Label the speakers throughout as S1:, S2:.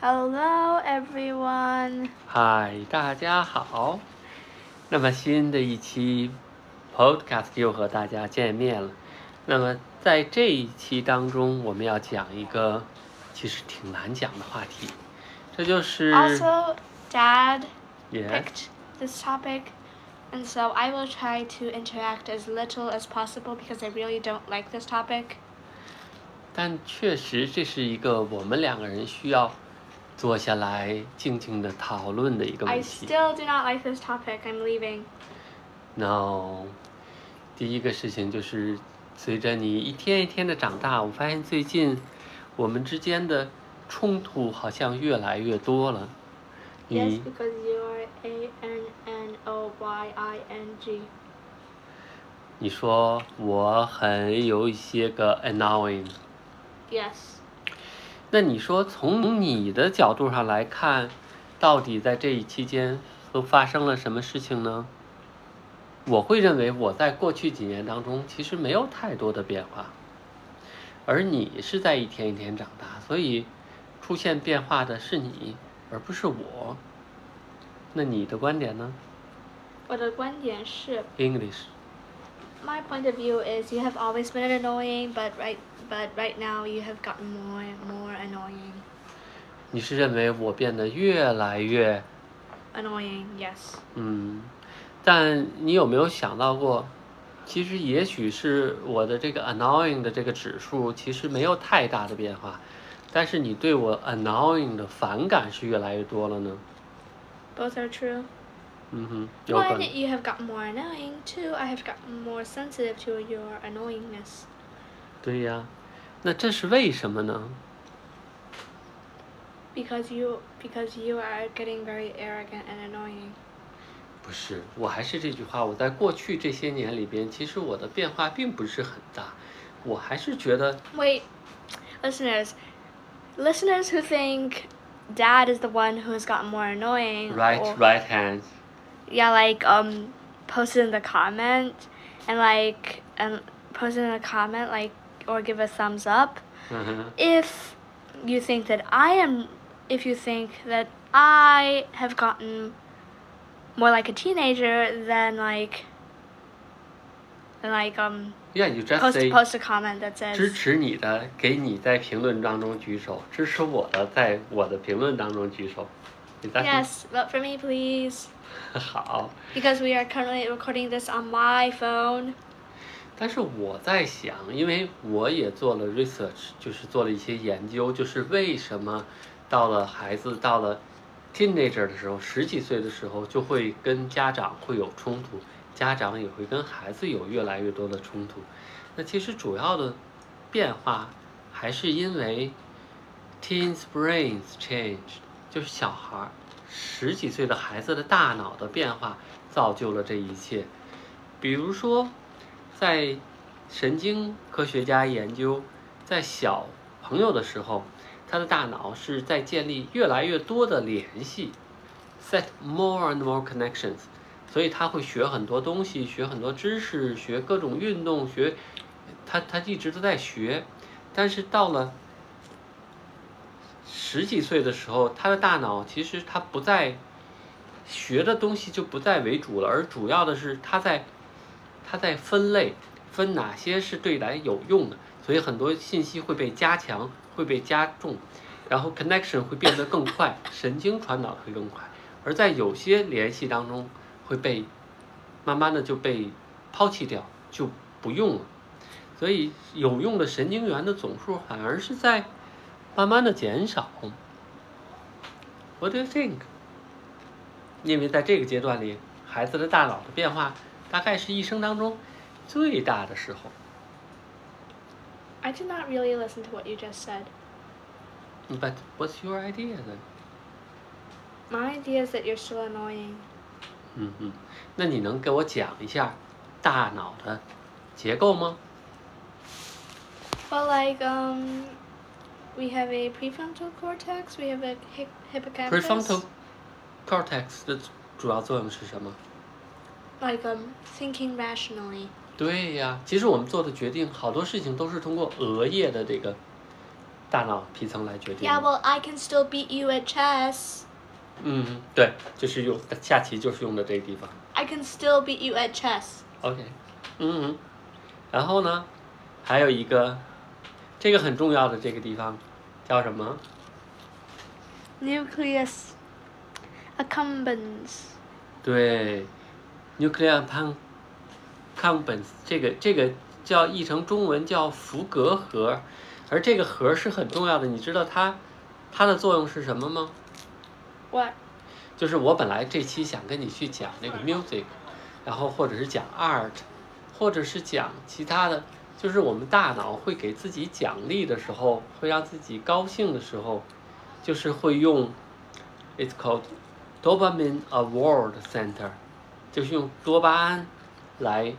S1: Hello everyone，
S2: 嗨，大家好。那么新的一期 Podcast 又和大家见面了。那么在这一期当中，我们要讲一个其实挺难讲的话题，这就是。
S1: also Dad
S2: Yes,
S1: picked this topic, and so I will try to interact as little as possible because I really don't like this topic.
S2: 但确实这是一个我们两个人需要坐下来静静的讨论的一个
S1: I
S2: 问题。
S1: still do not like this topic. I'm leaving.
S2: No，第一个事情就是，随着你一天一天的长大，我发现最近我们之间的冲突好像越来越多了。
S1: Yes,
S2: 你
S1: because you are A N N O Y I N G.
S2: 你说我很有一些个 annoying，
S1: Yes.
S2: 那你说从你的角度上来看，到底在这一期间都发生了什么事情呢？我会认为我在过去几年当中其实没有太多的变化，而你是在一天一天长大，所以出现变化的是你，而不是我。那你的观点呢
S1: uh, 我的观点是
S2: ？English，
S1: My point of view is you have always been annoying, but right but right now you have gotten more and more annoying.
S2: 你是认为我变得越来越
S1: Annoying, yes.
S2: 嗯，但你有没有想到过，其实也许是我的这个 annoying 的这个指数其实没有太大的变化，但是你对我 annoying 的反感是越来越多了呢？
S1: Both are true.
S2: 嗯哼，有可
S1: But
S2: 能。
S1: you have gotten more annoying. Two, I have gotten more sensitive to your annoyingness.
S2: 对呀，那这是为什么呢？
S1: Because you because you are getting very arrogant and annoying.
S2: 不是，我还是这句话，我在过去这些年里边，其实我的变化并不是很大，我还是觉得
S1: Wait, listeners, listeners who think dad is the one who has gotten more annoying.
S2: right
S1: or-
S2: right hand。
S1: yeah like um post it in the comment and like and post it in the comment like or give a thumbs up
S2: 嗯哼。
S1: if you think that i am if you think that i have gotten more like a teenager than like than like um
S2: Yeah, you just
S1: post
S2: say
S1: post a comment that
S2: 支
S1: says
S2: 持你的，给你在评论当中举手；支持我的，在我的评论当中举手。你在
S1: yes vote for me please
S2: 好，
S1: because we are currently recording this on my phone
S2: 但是我在想，因为我也做了 research，就是做了一些研究，就是为什么到了孩子到了 teenager 的时候，十几岁的时候就会跟家长会有冲突，家长也会跟孩子有越来越多的冲突。那其实主要的变化还是因为 teens brains change，就是小孩儿十几岁的孩子的大脑的变化造就了这一切。比如说，在神经科学家研究，在小朋友的时候，他的大脑是在建立越来越多的联系，set more and more connections，所以他会学很多东西，学很多知识，学各种运动，学他他一直都在学，但是到了十几岁的时候，他的大脑其实他不再学的东西就不再为主了，而主要的是他在他在分类，分哪些是对来有用的，所以很多信息会被加强，会被加重，然后 connection 会变得更快，神经传导会更快，而在有些联系当中会被慢慢的就被抛弃掉，就不用了。所以有用的神经元的总数反而是在慢慢的减少。What do you think？因为在这个阶段里，孩子的大脑的变化大概是一生当中最大的时候。
S1: i did not really listen to what you just said
S2: But what's your idea then？
S1: my idea is that you're still annoying
S2: 嗯嗯，那你能给我讲一下大脑的结构吗？
S1: But like um, we have a prefrontal cortex, we have a hip- hippocampus.
S2: Prefrontal cortex 的主要作用是什么？
S1: Like um, thinking rationally.
S2: 对呀，其实我们做的决定，好多事情都是通过额叶的这个大脑皮层来决定。
S1: Yeah, well, I can still beat you at chess.
S2: 嗯，对，就是用下棋就是用的这个地方。
S1: I can still beat you at chess.
S2: OK，嗯嗯，然后呢，还有一个，这个很重要的这个地方叫什么？
S1: Nucleus accumbens.
S2: 对，nuclear con combens 这个这个叫译成中文叫伏隔核，而这个核是很重要的。你知道它它的作用是什么吗？
S1: What?
S2: 就是我本来这期想跟你去讲那个 music，然后或者是讲 art，或者是讲其他的，就是我们大脑会给自己奖励的时候，会让自己高兴的时候，就是会用，it's called dopamine award center，就是用多巴胺来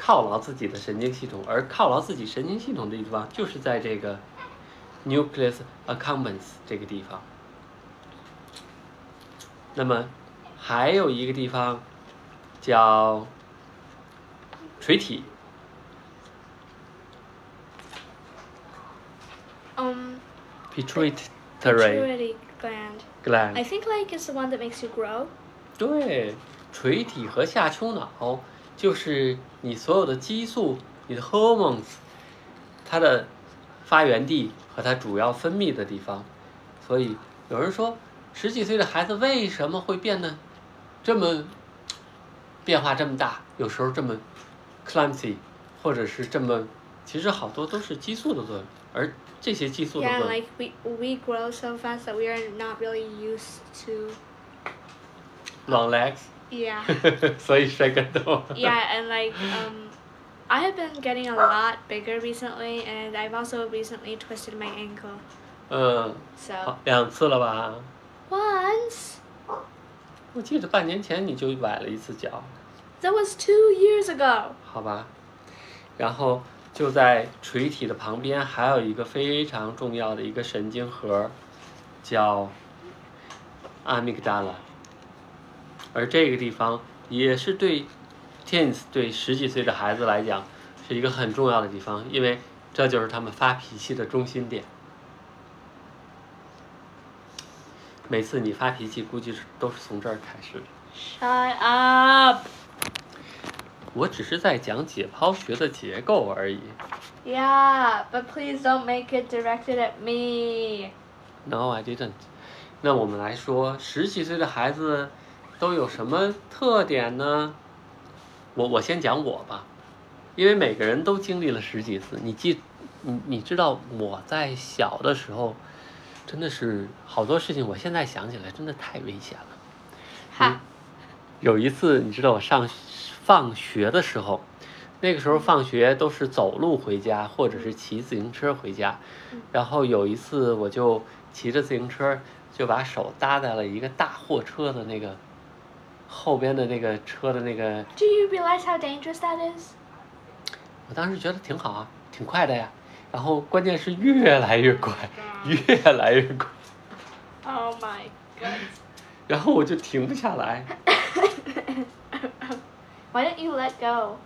S2: 犒劳自己的神经系统，而犒劳自己神经系统的地方就是在这个 nucleus accumbens 这个地方。那么还有一个地方叫垂体，
S1: Um,
S2: pituitary
S1: pituitary gland. I
S2: gland。
S1: think like it's the one that makes you grow.
S2: 对，垂体和下丘脑就是你所有的激素，你的 hormones，它的发源地和它主要分泌的地方。所以有人说，十几岁的孩子为什么会变得这么变化这么大？有时候这么 clumsy，或者是这么，其实好多都是激素的作用，而这些激素的
S1: Yeah,
S2: 作用。
S1: like we we grow so fast that we are not really used to.
S2: long legs，
S1: Yeah.
S2: 所以摔跟头。
S1: yeah, and like um, I have been getting a lot bigger recently, and I've also recently twisted my ankle.
S2: 嗯，
S1: So
S2: 好，两次了吧？
S1: once
S2: 我记得半年前你就崴了一次脚，
S1: that was two years ago.
S2: 好吧？然后就在垂体的旁边还有一个非常重要的一个神经核，叫阿米格达拉，而这个地方也是对 teens 对十几岁的孩子来讲是一个很重要的地方，因为这就是他们发脾气的中心点。每次你发脾气，估计是都是从这儿开始的。
S1: Shut up.
S2: 我只是在讲解剖学的结构而已。
S1: Yeah, but please don't make it directed at me.
S2: No, I didn't。那我们来说，十几岁的孩子都有什么特点呢？我我先讲我吧，因为每个人都经历了十几次。你记，你你知道我在小的时候，真的是好多事情，我现在想起来真的太危险了。
S1: Ha.
S2: 有一次，你知道我上放学的时候，那个时候放学都是走路回家，或者是骑自行车回家
S1: 嗯。
S2: 然后有一次，我就骑着自行车，就把手搭在了一个大货车的那个后边的那个车的那个，
S1: Do you realize how dangerous that is?
S2: 我当时觉得挺好啊，挺快的呀。然后关键是越来越快，越来越快，
S1: Oh my god.
S2: 然后我就停不下来。
S1: Why don't you let go?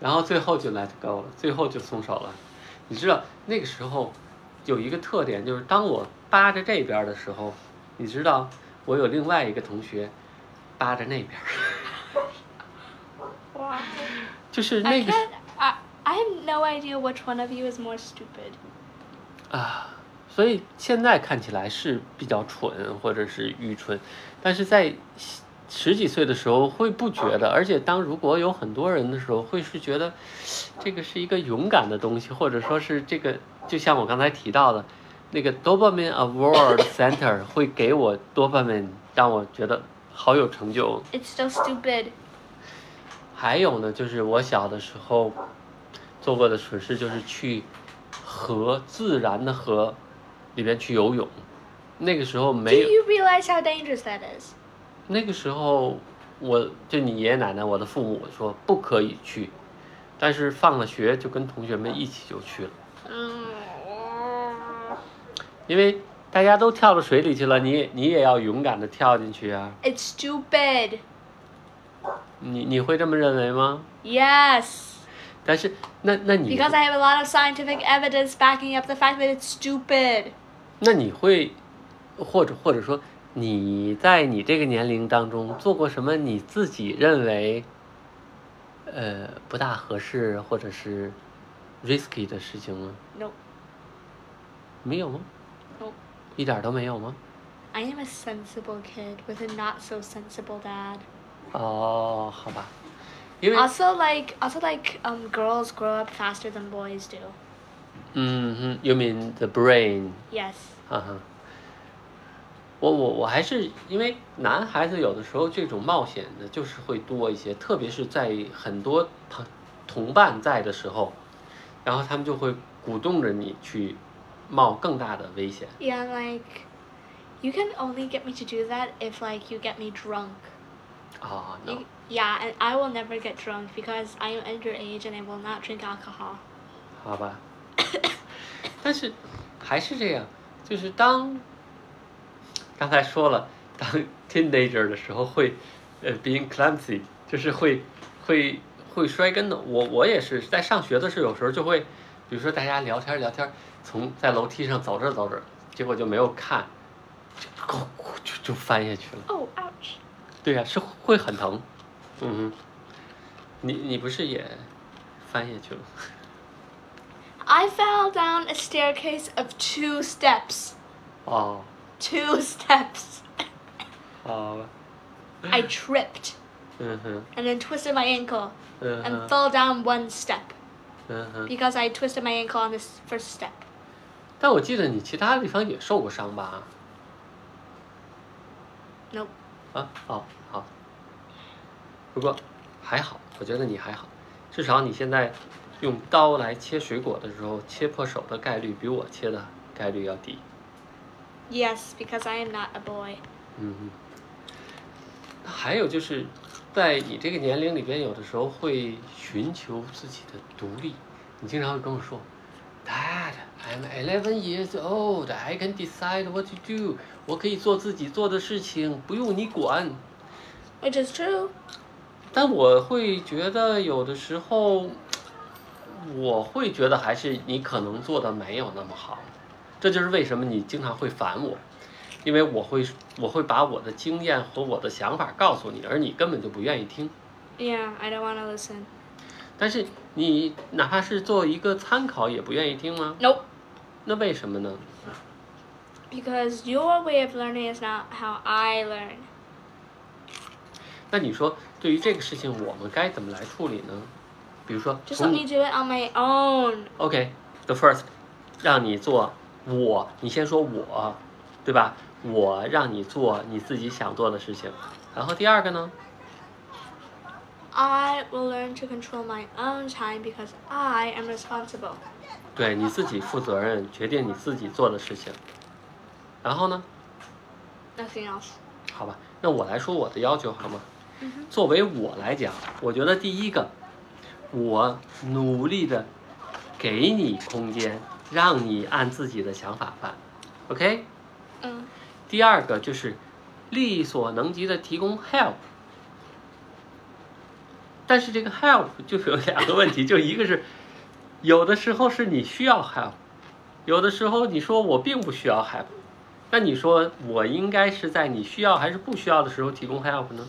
S2: 然后最后就 let go 了，最后就松手了。你知道那个时候有一个特点，就是当我扒着这边的时候，你知道我有另外一个同学扒着那边，
S1: Why?
S2: 就是那
S1: I
S2: 个
S1: can't. I, I have no idea which one of you is more stupid.
S2: 啊，所以现在看起来是比较蠢或者是愚蠢，但是在十十几岁的时候会不觉得，而且当如果有很多人的时候，会是觉得这个是一个勇敢的东西，或者说是这个，就像我刚才提到的，那个 dopamine award center 会给我 dopamine，让我觉得好有成就。
S1: It's still stupid.
S2: 还有呢，就是我小的时候做过的蠢事，就是去河自然的河里边去游泳。那个时候
S1: Do
S2: 没有，
S1: you realize how dangerous that is?
S2: 那个时候我就你爷爷奶奶、我的父母说不可以去，但是放了学就跟同学们一起就去了，因为大家都跳到水里去了，你也你也要勇敢的跳进去啊！
S1: It's stupid.
S2: 你你会这么认为吗？
S1: Yes.
S2: 但是那那你
S1: Because I have a lot of scientific evidence backing up the fact that it's stupid.
S2: 那你会，或者或者说你在你这个年龄当中做过什么你自己认为，呃，不大合适或者是 risky 的事情吗？
S1: Nope.
S2: 没有吗？
S1: Nope.
S2: 一点儿都没有吗？
S1: I am a sensible kid with a not so sensible dad.
S2: 哦，好吧，啊因为
S1: Also like also like um girls grow up faster than boys do.
S2: 嗯哼，you mean the brain，
S1: Yes.
S2: 哈哈。我我我还是因为男孩子有的时候这种冒险的，就是会多一些，特别是在很多同同伴在的时候，然后他们就会鼓动着你去冒更大的危险。
S1: Yeah, and, like you can only get me to do that if like you get me drunk.
S2: 啊、n o
S1: You, yeah, and I will never get drunk because I am underage and I will not drink alcohol.
S2: 好 吧。但是还是这样，就是当刚才说了，当 teenager 的时候会呃 being clumsy，就是会会会摔跟头。我我也是在上学的时候，有时候就会，比如说大家聊天聊天，从在楼梯上走着走着，结果就没有看，就就就翻下去了。
S1: Oh, ouch.
S2: 对呀、是会很疼。嗯哼，你你不是也翻下去了？
S1: I fell down a staircase of two steps.
S2: 哦，
S1: Two steps.
S2: 好吧。
S1: I tripped
S2: 嗯哼，
S1: and then twisted my ankle
S2: 嗯
S1: and
S2: 哼，
S1: fell down one step
S2: 嗯哼。
S1: because I twisted my ankle on this first step.
S2: 但我记得你其他地方也受过伤吧？
S1: Nope.
S2: 啊，哦，好。不过还好，我觉得你还好，至少你现在用刀来切水果的时候，切破手的概率比我切的概率要低。
S1: Yes, because I am not a boy.
S2: 嗯哼。还有就是，在你这个年龄里边，有的时候会寻求自己的独立。你经常会跟我说，Dad, I'm eleven years old. I can decide what to do. 我可以做自己做的事情，不用你管。
S1: Which is true.
S2: 但我会觉得有的时候，我会觉得还是你可能做的没有那么好，这就是为什么你经常会烦我，因为我会我会把我的经验和我的想法告诉你，而你根本就不愿意听。
S1: Yeah, I don't want to listen.
S2: 但是你哪怕是做一个参考，也不愿意听吗？
S1: Nope.
S2: 那为什么呢？
S1: Because your way of learning is not how I learn.
S2: 那你说对于这个事情，我们该怎么来处理呢？比如说，
S1: Just
S2: 从
S1: let me do it on my own.
S2: OK，the、first，让你做我，你先说我，对吧？我让你做你自己想做的事情。然后第二个呢？
S1: I will learn to control my own time because I am responsible.
S2: 对你自己负责任，决定你自己做的事情。然后呢？
S1: Nothing else.
S2: 好吧，那我来说我的要求好吗？作为我来讲，我觉得第一个，我努力的给你空间，让你按自己的想法办，OK？
S1: Mm.
S2: 第二个就是力所能及的提供 help。但是这个 help 就有两个问题，就一个是有的时候是你需要 help，有的时候你说我并不需要 help，那你说我应该是在你需要还是不需要的时候提供 help 呢？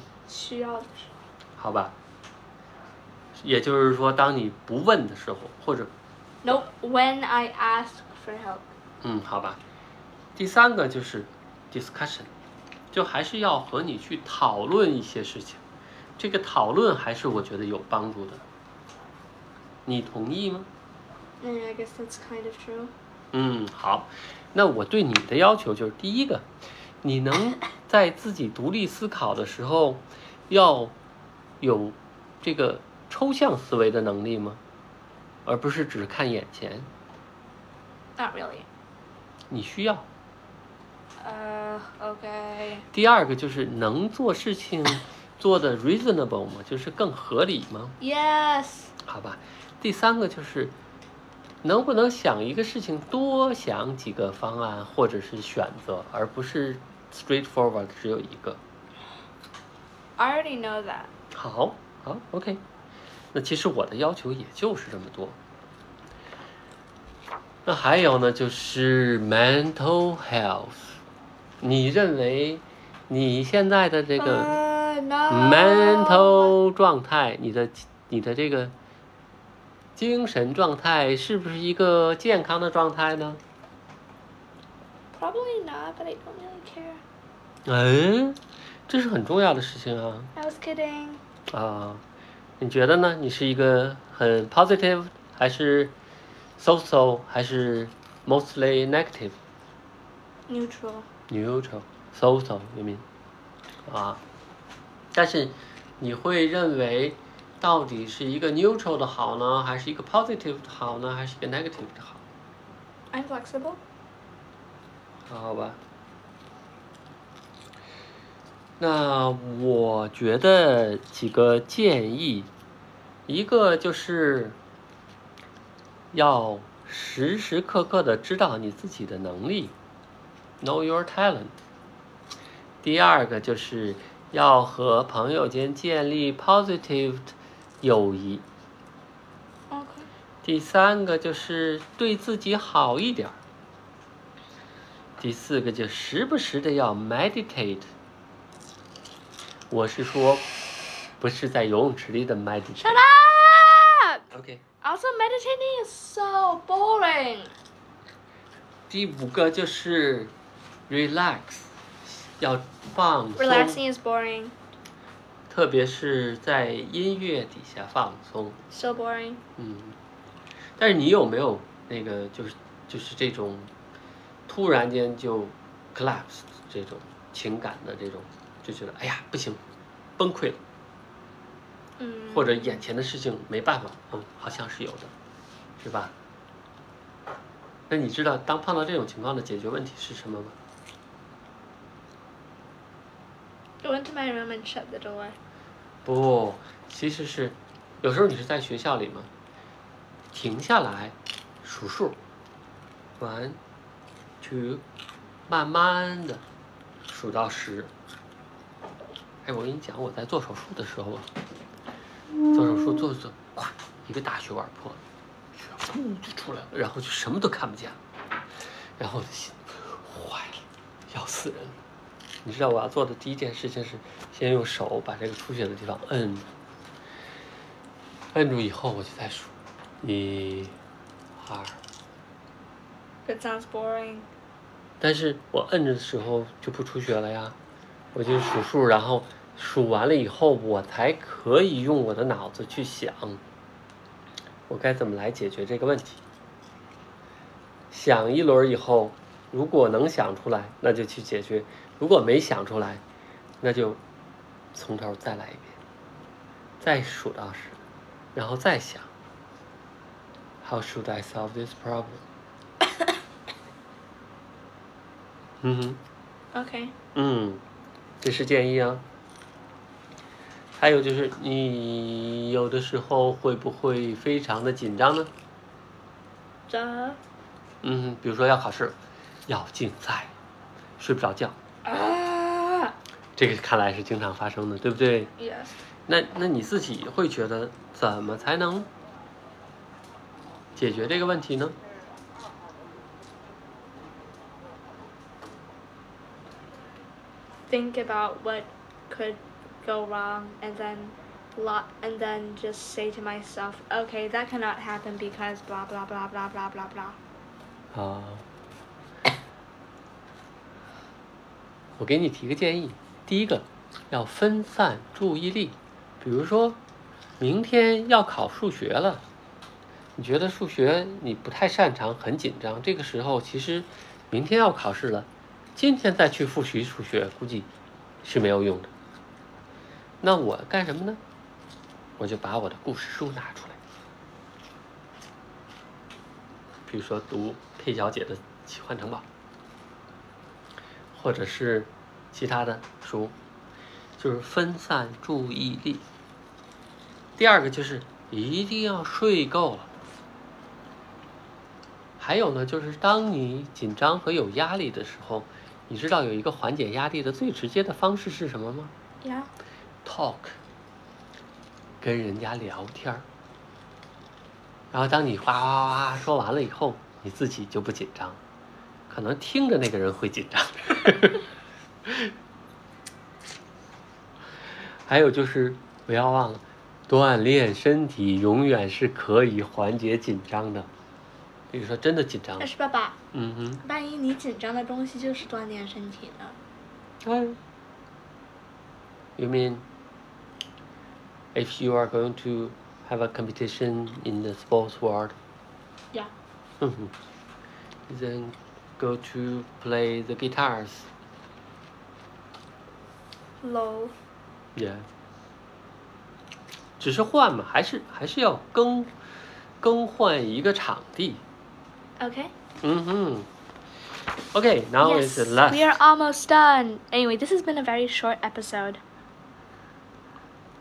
S2: 好吧，也就是说，当你不问的时候，或者
S1: Nope. When I ask for help.
S2: 嗯，好吧。第三个就是 discussion，就还是要和你去讨论一些事情。这个讨论还是我觉得有帮助的，你同意吗？
S1: Yeah, I guess that's kind of true.
S2: 嗯，好。那我对你的要求就是，第一个，你能在自己独立思考的时候，要有这个抽象思维的能力吗？而不是只是看眼前，
S1: Not really.
S2: 你需要。
S1: Uh, okay.
S2: 第二个就是能做事情做的 reasonable 吗？就是更合理吗？
S1: Yes.
S2: 好吧。第三个就是能不能想一个事情多想几个方案或者是选择，而不是 straightforward 只有一个。
S1: I already know that.
S2: 好，好，OK。那其实我的要求也就是这么多。那还有呢，就是 mental health。你认为你现在的这
S1: 啊
S2: 个
S1: Uh,
S2: mental 状态，你的你的这个精神状态是不是一个健康的状态呢？
S1: Probably not, but I don't really care.
S2: 嗯，这是很重要的事情啊。
S1: I was kidding.
S2: 啊，你觉得呢？你是一个很 positive，还是 social，还是 mostly negative
S1: Neutral.
S2: neutral social？you mean？啊，但是你会认为到底是一个 neutral 的好呢，还是一个 positive 的好呢，还是一个 negative 的好？
S1: I'm flexible.
S2: 好吧。那我觉得几个建议，一个就是要时时刻刻的知道你自己的能力，know your talent。第二个就是要和朋友间建立 positive 的友谊。
S1: Okay.
S2: 第三个就是对自己好一点儿。第四个就时不时的要 meditate。我是说，不是在游泳池里的 meditate
S1: Shut。up!
S2: OK。
S1: Also, meditating is so boring.
S2: 第五个就是 relax，要放松
S1: Relaxing is boring.
S2: 特别是在音乐底下放松。
S1: So boring.
S2: 嗯，但是你有没有那个就是就是这种突然间就 collapse 这种情感的这种，就觉得哎呀不行，崩溃了，
S1: Mm.
S2: 或者眼前的事情没办法，嗯，好像是有的，是吧？那你知道当碰到这种情况的解决问题是什么吗？
S1: I went to my room and shut the door.
S2: 不，其实是有时候你是在学校里嘛，停下来数数，one two，慢慢的数到十。哎，我跟你讲，我在做手术的时候啊，做手术做着做，咵，一个大血管破了，血噗就出来了，然后就什么都看不见了，然后我的心坏了，要死人了。你知道我要做的第一件事情是，先用手把这个出血的地方摁住，摁住以后我就再数，一、二。
S1: That sounds boring.
S2: 但是我摁着的时候就不出血了呀，我就数数，然后数完了以后，我才可以用我的脑子去想，我该怎么来解决这个问题。想一轮儿以后，如果能想出来，那就去解决；如果没想出来，那就从头再来一遍，再数到十，然后再想。How should I solve this problem？嗯哼。
S1: Okay.
S2: 嗯，这是建议啊。还有就是，你有的时候会不会非常的紧张呢？
S1: Duh.
S2: 嗯，比如说要考试，要竞赛，睡不着觉，
S1: Ah.
S2: 这个看来是经常发生的，对不对？
S1: Yes.
S2: 那那你自己会觉得怎么才能解决这个问题呢？
S1: Think about what could go wrong, and then lot, and then just say to myself, okay, that cannot happen because blah blah blah blah blah blah blah.
S2: 啊，我给你提个建议，第一个要分散注意力，比如说，明天要考数学了，你觉得数学你不太擅长，很紧张，这个时候其实明天要考试了，今天再去复习数学估计是没有用的。那我干什么呢？我就把我的故事书拿出来。比如说读佩小姐的《奇幻城堡》，或者是其他的书，就是分散注意力。第二个就是一定要睡够了。还有呢，就是当你紧张和有压力的时候，你知道有一个缓解压力的最直接的方式是什么吗？
S1: Yeah.
S2: talk，跟人家聊天儿。然后当你哗哗哗哗说完了以后，你自己就不紧张，可能听着那个人会紧张。 还有就是不要忘了，锻炼身体永远是可以缓解紧张的。比如说真的紧张
S1: 但，是爸爸，
S2: 嗯哼，
S1: 万一你紧张的东西就是锻炼身体呢？
S2: Hi. You mean if you are going to have a competition in the sports world,
S1: Yeah.
S2: then go to play the guitars.
S1: Low.
S2: Yeah. 只是换嘛，还是还是要更更换一个场地。
S1: Okay.
S2: 嗯哼。Okay, now is the last.
S1: we are almost done. Anyway, this has been a very short episode.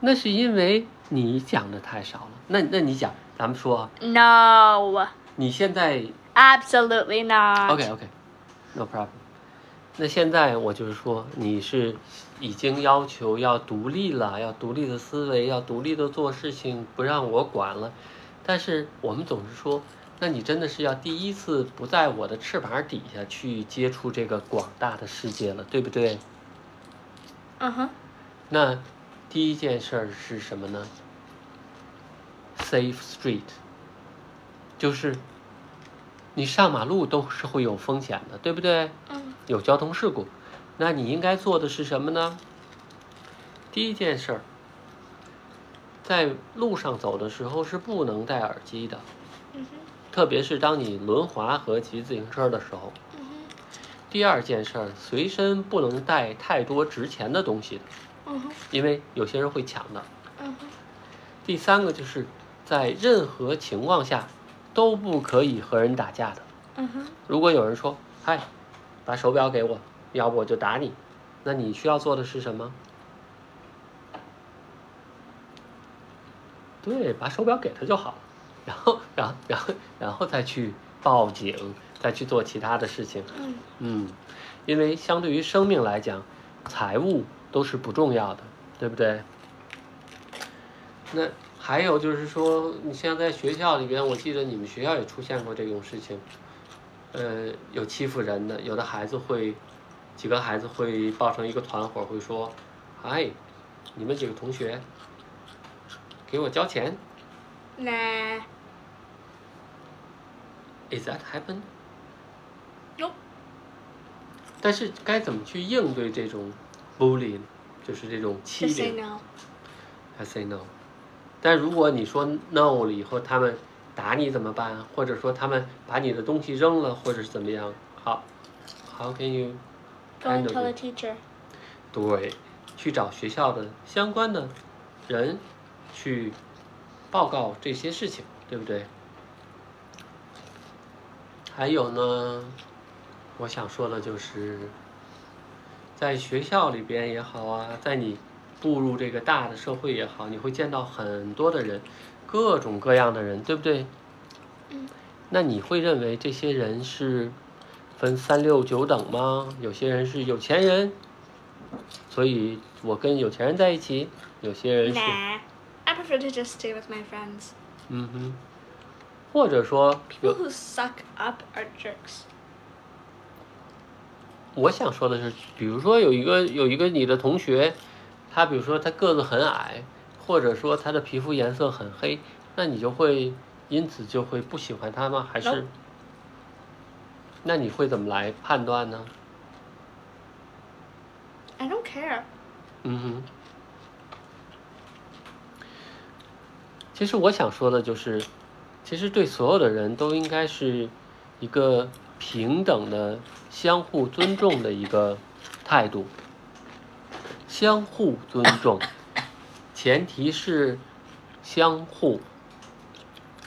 S2: 那是因为你讲的太少了。那那你讲，咱们说啊，
S1: No,
S2: 你现在
S1: absolutely not.
S2: OK OK, no problem。那现在我就是说，你是已经要求要独立了，要独立的思维，要独立的做事情，不让我管了。但是我们总是说，那你真的是要第一次不在我的翅膀底下去接触这个广大的世界了，对不对？
S1: Uh huh.
S2: 那第一件事儿是什么呢？Safe street，就是你上马路都是会有风险的，对不对？
S1: 嗯
S2: 有交通事故，那你应该做的是什么呢？第一件事儿，在路上走的时候是不能戴耳机的，
S1: 嗯
S2: 特别是当你轮滑和骑自行车的时候。
S1: 哼嗯
S2: 第二件事儿，随身不能带太多值钱的东西的，
S1: 哼嗯哼
S2: 因为有些人会抢的。
S1: 嗯哼
S2: 第三个就是在任何情况下都不可以和人打架的。
S1: 嗯哼
S2: 如果有人说：“嗨，把手表给我，要不我就打你。”那你需要做的是什么？对，把手表给他就好了，然后，然后，然后，然后再去报警，再去做其他的事情。
S1: 嗯
S2: 嗯，因为相对于生命来讲，财务都是不重要的，对不对？那还有就是说，你像在学校里边，我记得你们学校也出现过这种事情，呃，有欺负人的，有的孩子会，几个孩子会抱成一个团伙，会说：“哎，你们几个同学，给我交钱。
S1: Nah.
S2: ”Is that happen？
S1: Nope.
S2: 但是该怎么去应对这种 bullying，就是这种欺
S1: Just say
S2: 凌？
S1: no.
S2: I say no。但如果你说 no 了以后，他们打你怎么办？或者说他们把你的东西扔了，或者是怎么样？好，How can you？
S1: Go
S2: I
S1: and
S2: know
S1: tell the
S2: that.
S1: teacher.
S2: 对，去找学校的相关的人去报告这些事情，对不对？还有呢，我想说的就是，在学校里边也好啊，在你步入这个大的社会也好，你会见到很多的人，各种各样的人，对不对？
S1: 嗯。
S2: 那你会认为这些人是分三六九等吗？有些人是有钱人，所以我跟有钱人在一起；有些人是
S1: Nah. I prefer to just stay with my friends.
S2: 嗯哼，或者说
S1: People
S2: 有
S1: who suck up are jerks.
S2: 我想说的是，比如说有一个有一个你的同学，他比如说他个子很矮，或者说他的皮肤颜色很黑，那你就会因此就会不喜欢他吗？还是
S1: No
S2: 那你会怎么来判断呢？
S1: I don't care.
S2: 嗯哼。其实我想说的就是，其实对所有的人都应该是一个平等的、相互尊重的一个态度。相互尊重，前提是相互。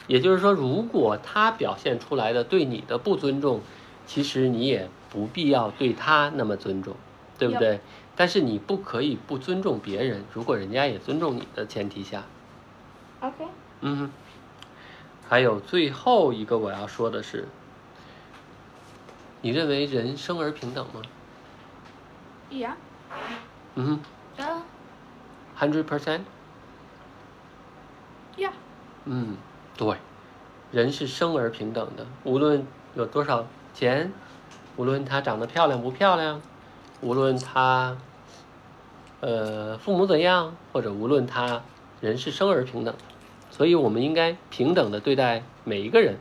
S2: 也就是说，如果他表现出来的对你的不尊重，其实你也不必要对他那么尊重，对不
S1: Yep.
S2: 对？但是你不可以不尊重别人，如果人家也尊重你的前提下，
S1: Okay.
S2: 嗯，还有最后一个我要说的是，你认为人生而平等吗？
S1: Yeah.
S2: 嗯
S1: Duh. Uh,
S2: h u n d r e d percent。
S1: Yeah.
S2: 嗯，对，人是生而平等的，无论有多少钱，无论她长得漂亮不漂亮，无论她，呃，父母怎样，或者无论她，人是生而平等的，所以我们应该平等的对待每一个人，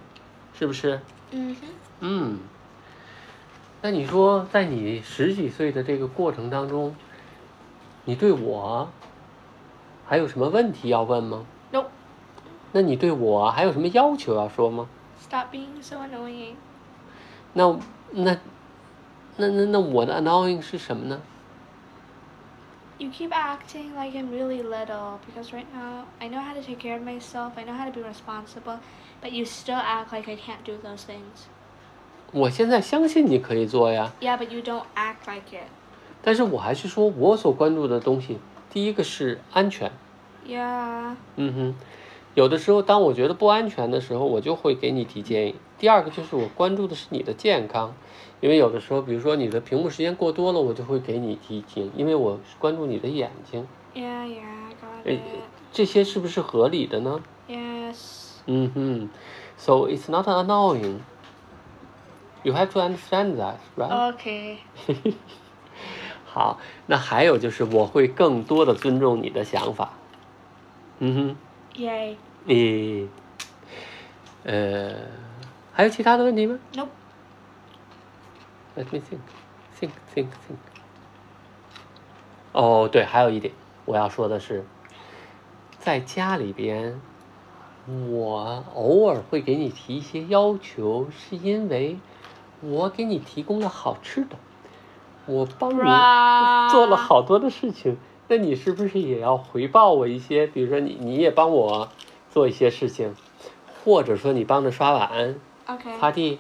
S2: 是不是？
S1: Mm-hmm.
S2: 嗯，那你说，在你十几岁的这个过程当中，你对我还有什么问题要问吗？
S1: Nope.
S2: 那你对我还有什么要求要说吗？
S1: Stop being so annoying.
S2: 那那那那那我的 annoying 是什么呢？
S1: You keep acting like I'm really little because right now I know how to take care of myself, I know how to be responsible, but you still act like I can't do those things.
S2: 我现在相信你可以做呀，
S1: Yeah, but you don't act like it.
S2: 但是我还是说我所关注的东西，第一个是安全。
S1: Yeah.
S2: 嗯哼，有的时候当我觉得不安全的时候，我就会给你提建议。第二个就是我关注的是你的健康，因为有的时候，比如说你的屏幕时间过多了，我就会给你提醒，因为我关注你的眼睛。
S1: Yeah, yeah, I got
S2: 哎
S1: it.，
S2: 这些是不是合理的呢？
S1: Yes.
S2: 嗯哼，So it's not annoying. You have to understand that, right?
S1: 呃 Okay.
S2: 好，那还有就是我会更多的尊重你的想法。嗯哼。
S1: Yay.
S2: 你，呃，还有其他的问题吗
S1: Nope.
S2: ？Let me think, think, think, think。哦，对，还有一点我要说的是，在家里边，我偶尔会给你提一些要求，是因为我给你提供了好吃的，我帮你。
S1: Bruh.
S2: 做了好多的事情，那你是不是也要回报我一些？比如说你你也帮我做一些事情，或者说你帮着刷碗、
S1: Okay.
S2: 擦地，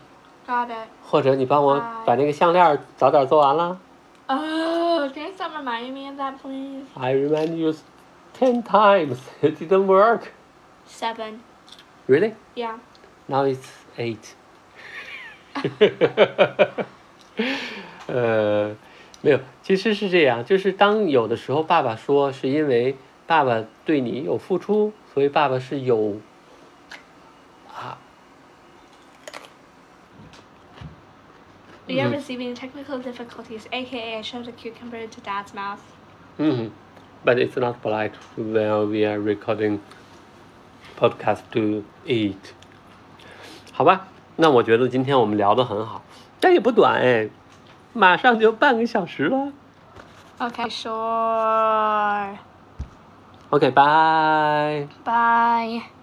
S1: Got it.
S2: 或者你帮我
S1: 啊
S2: 把那个项链儿早点做完了。
S1: Oh, can you stop reminding me of that, please?
S2: I remind you ten times, it didn't work.
S1: Seven.
S2: Really?
S1: Yeah.
S2: Now it's eight. 呃，没有，其实是这样，就是当有的时候爸爸说是因为爸爸对你有付出，所以爸爸是有啊，
S1: We are
S2: Mhm.
S1: receiving technical difficulties, aka I shoved a cucumber into dad's mouth.
S2: 嗯，but it's not polite when we are recording podcast to eat。好吧，那我觉得今天我们聊得很好，但也不短哎，马上就半个小时了。
S1: Okay, sure.
S2: OK，拜。
S1: Bye.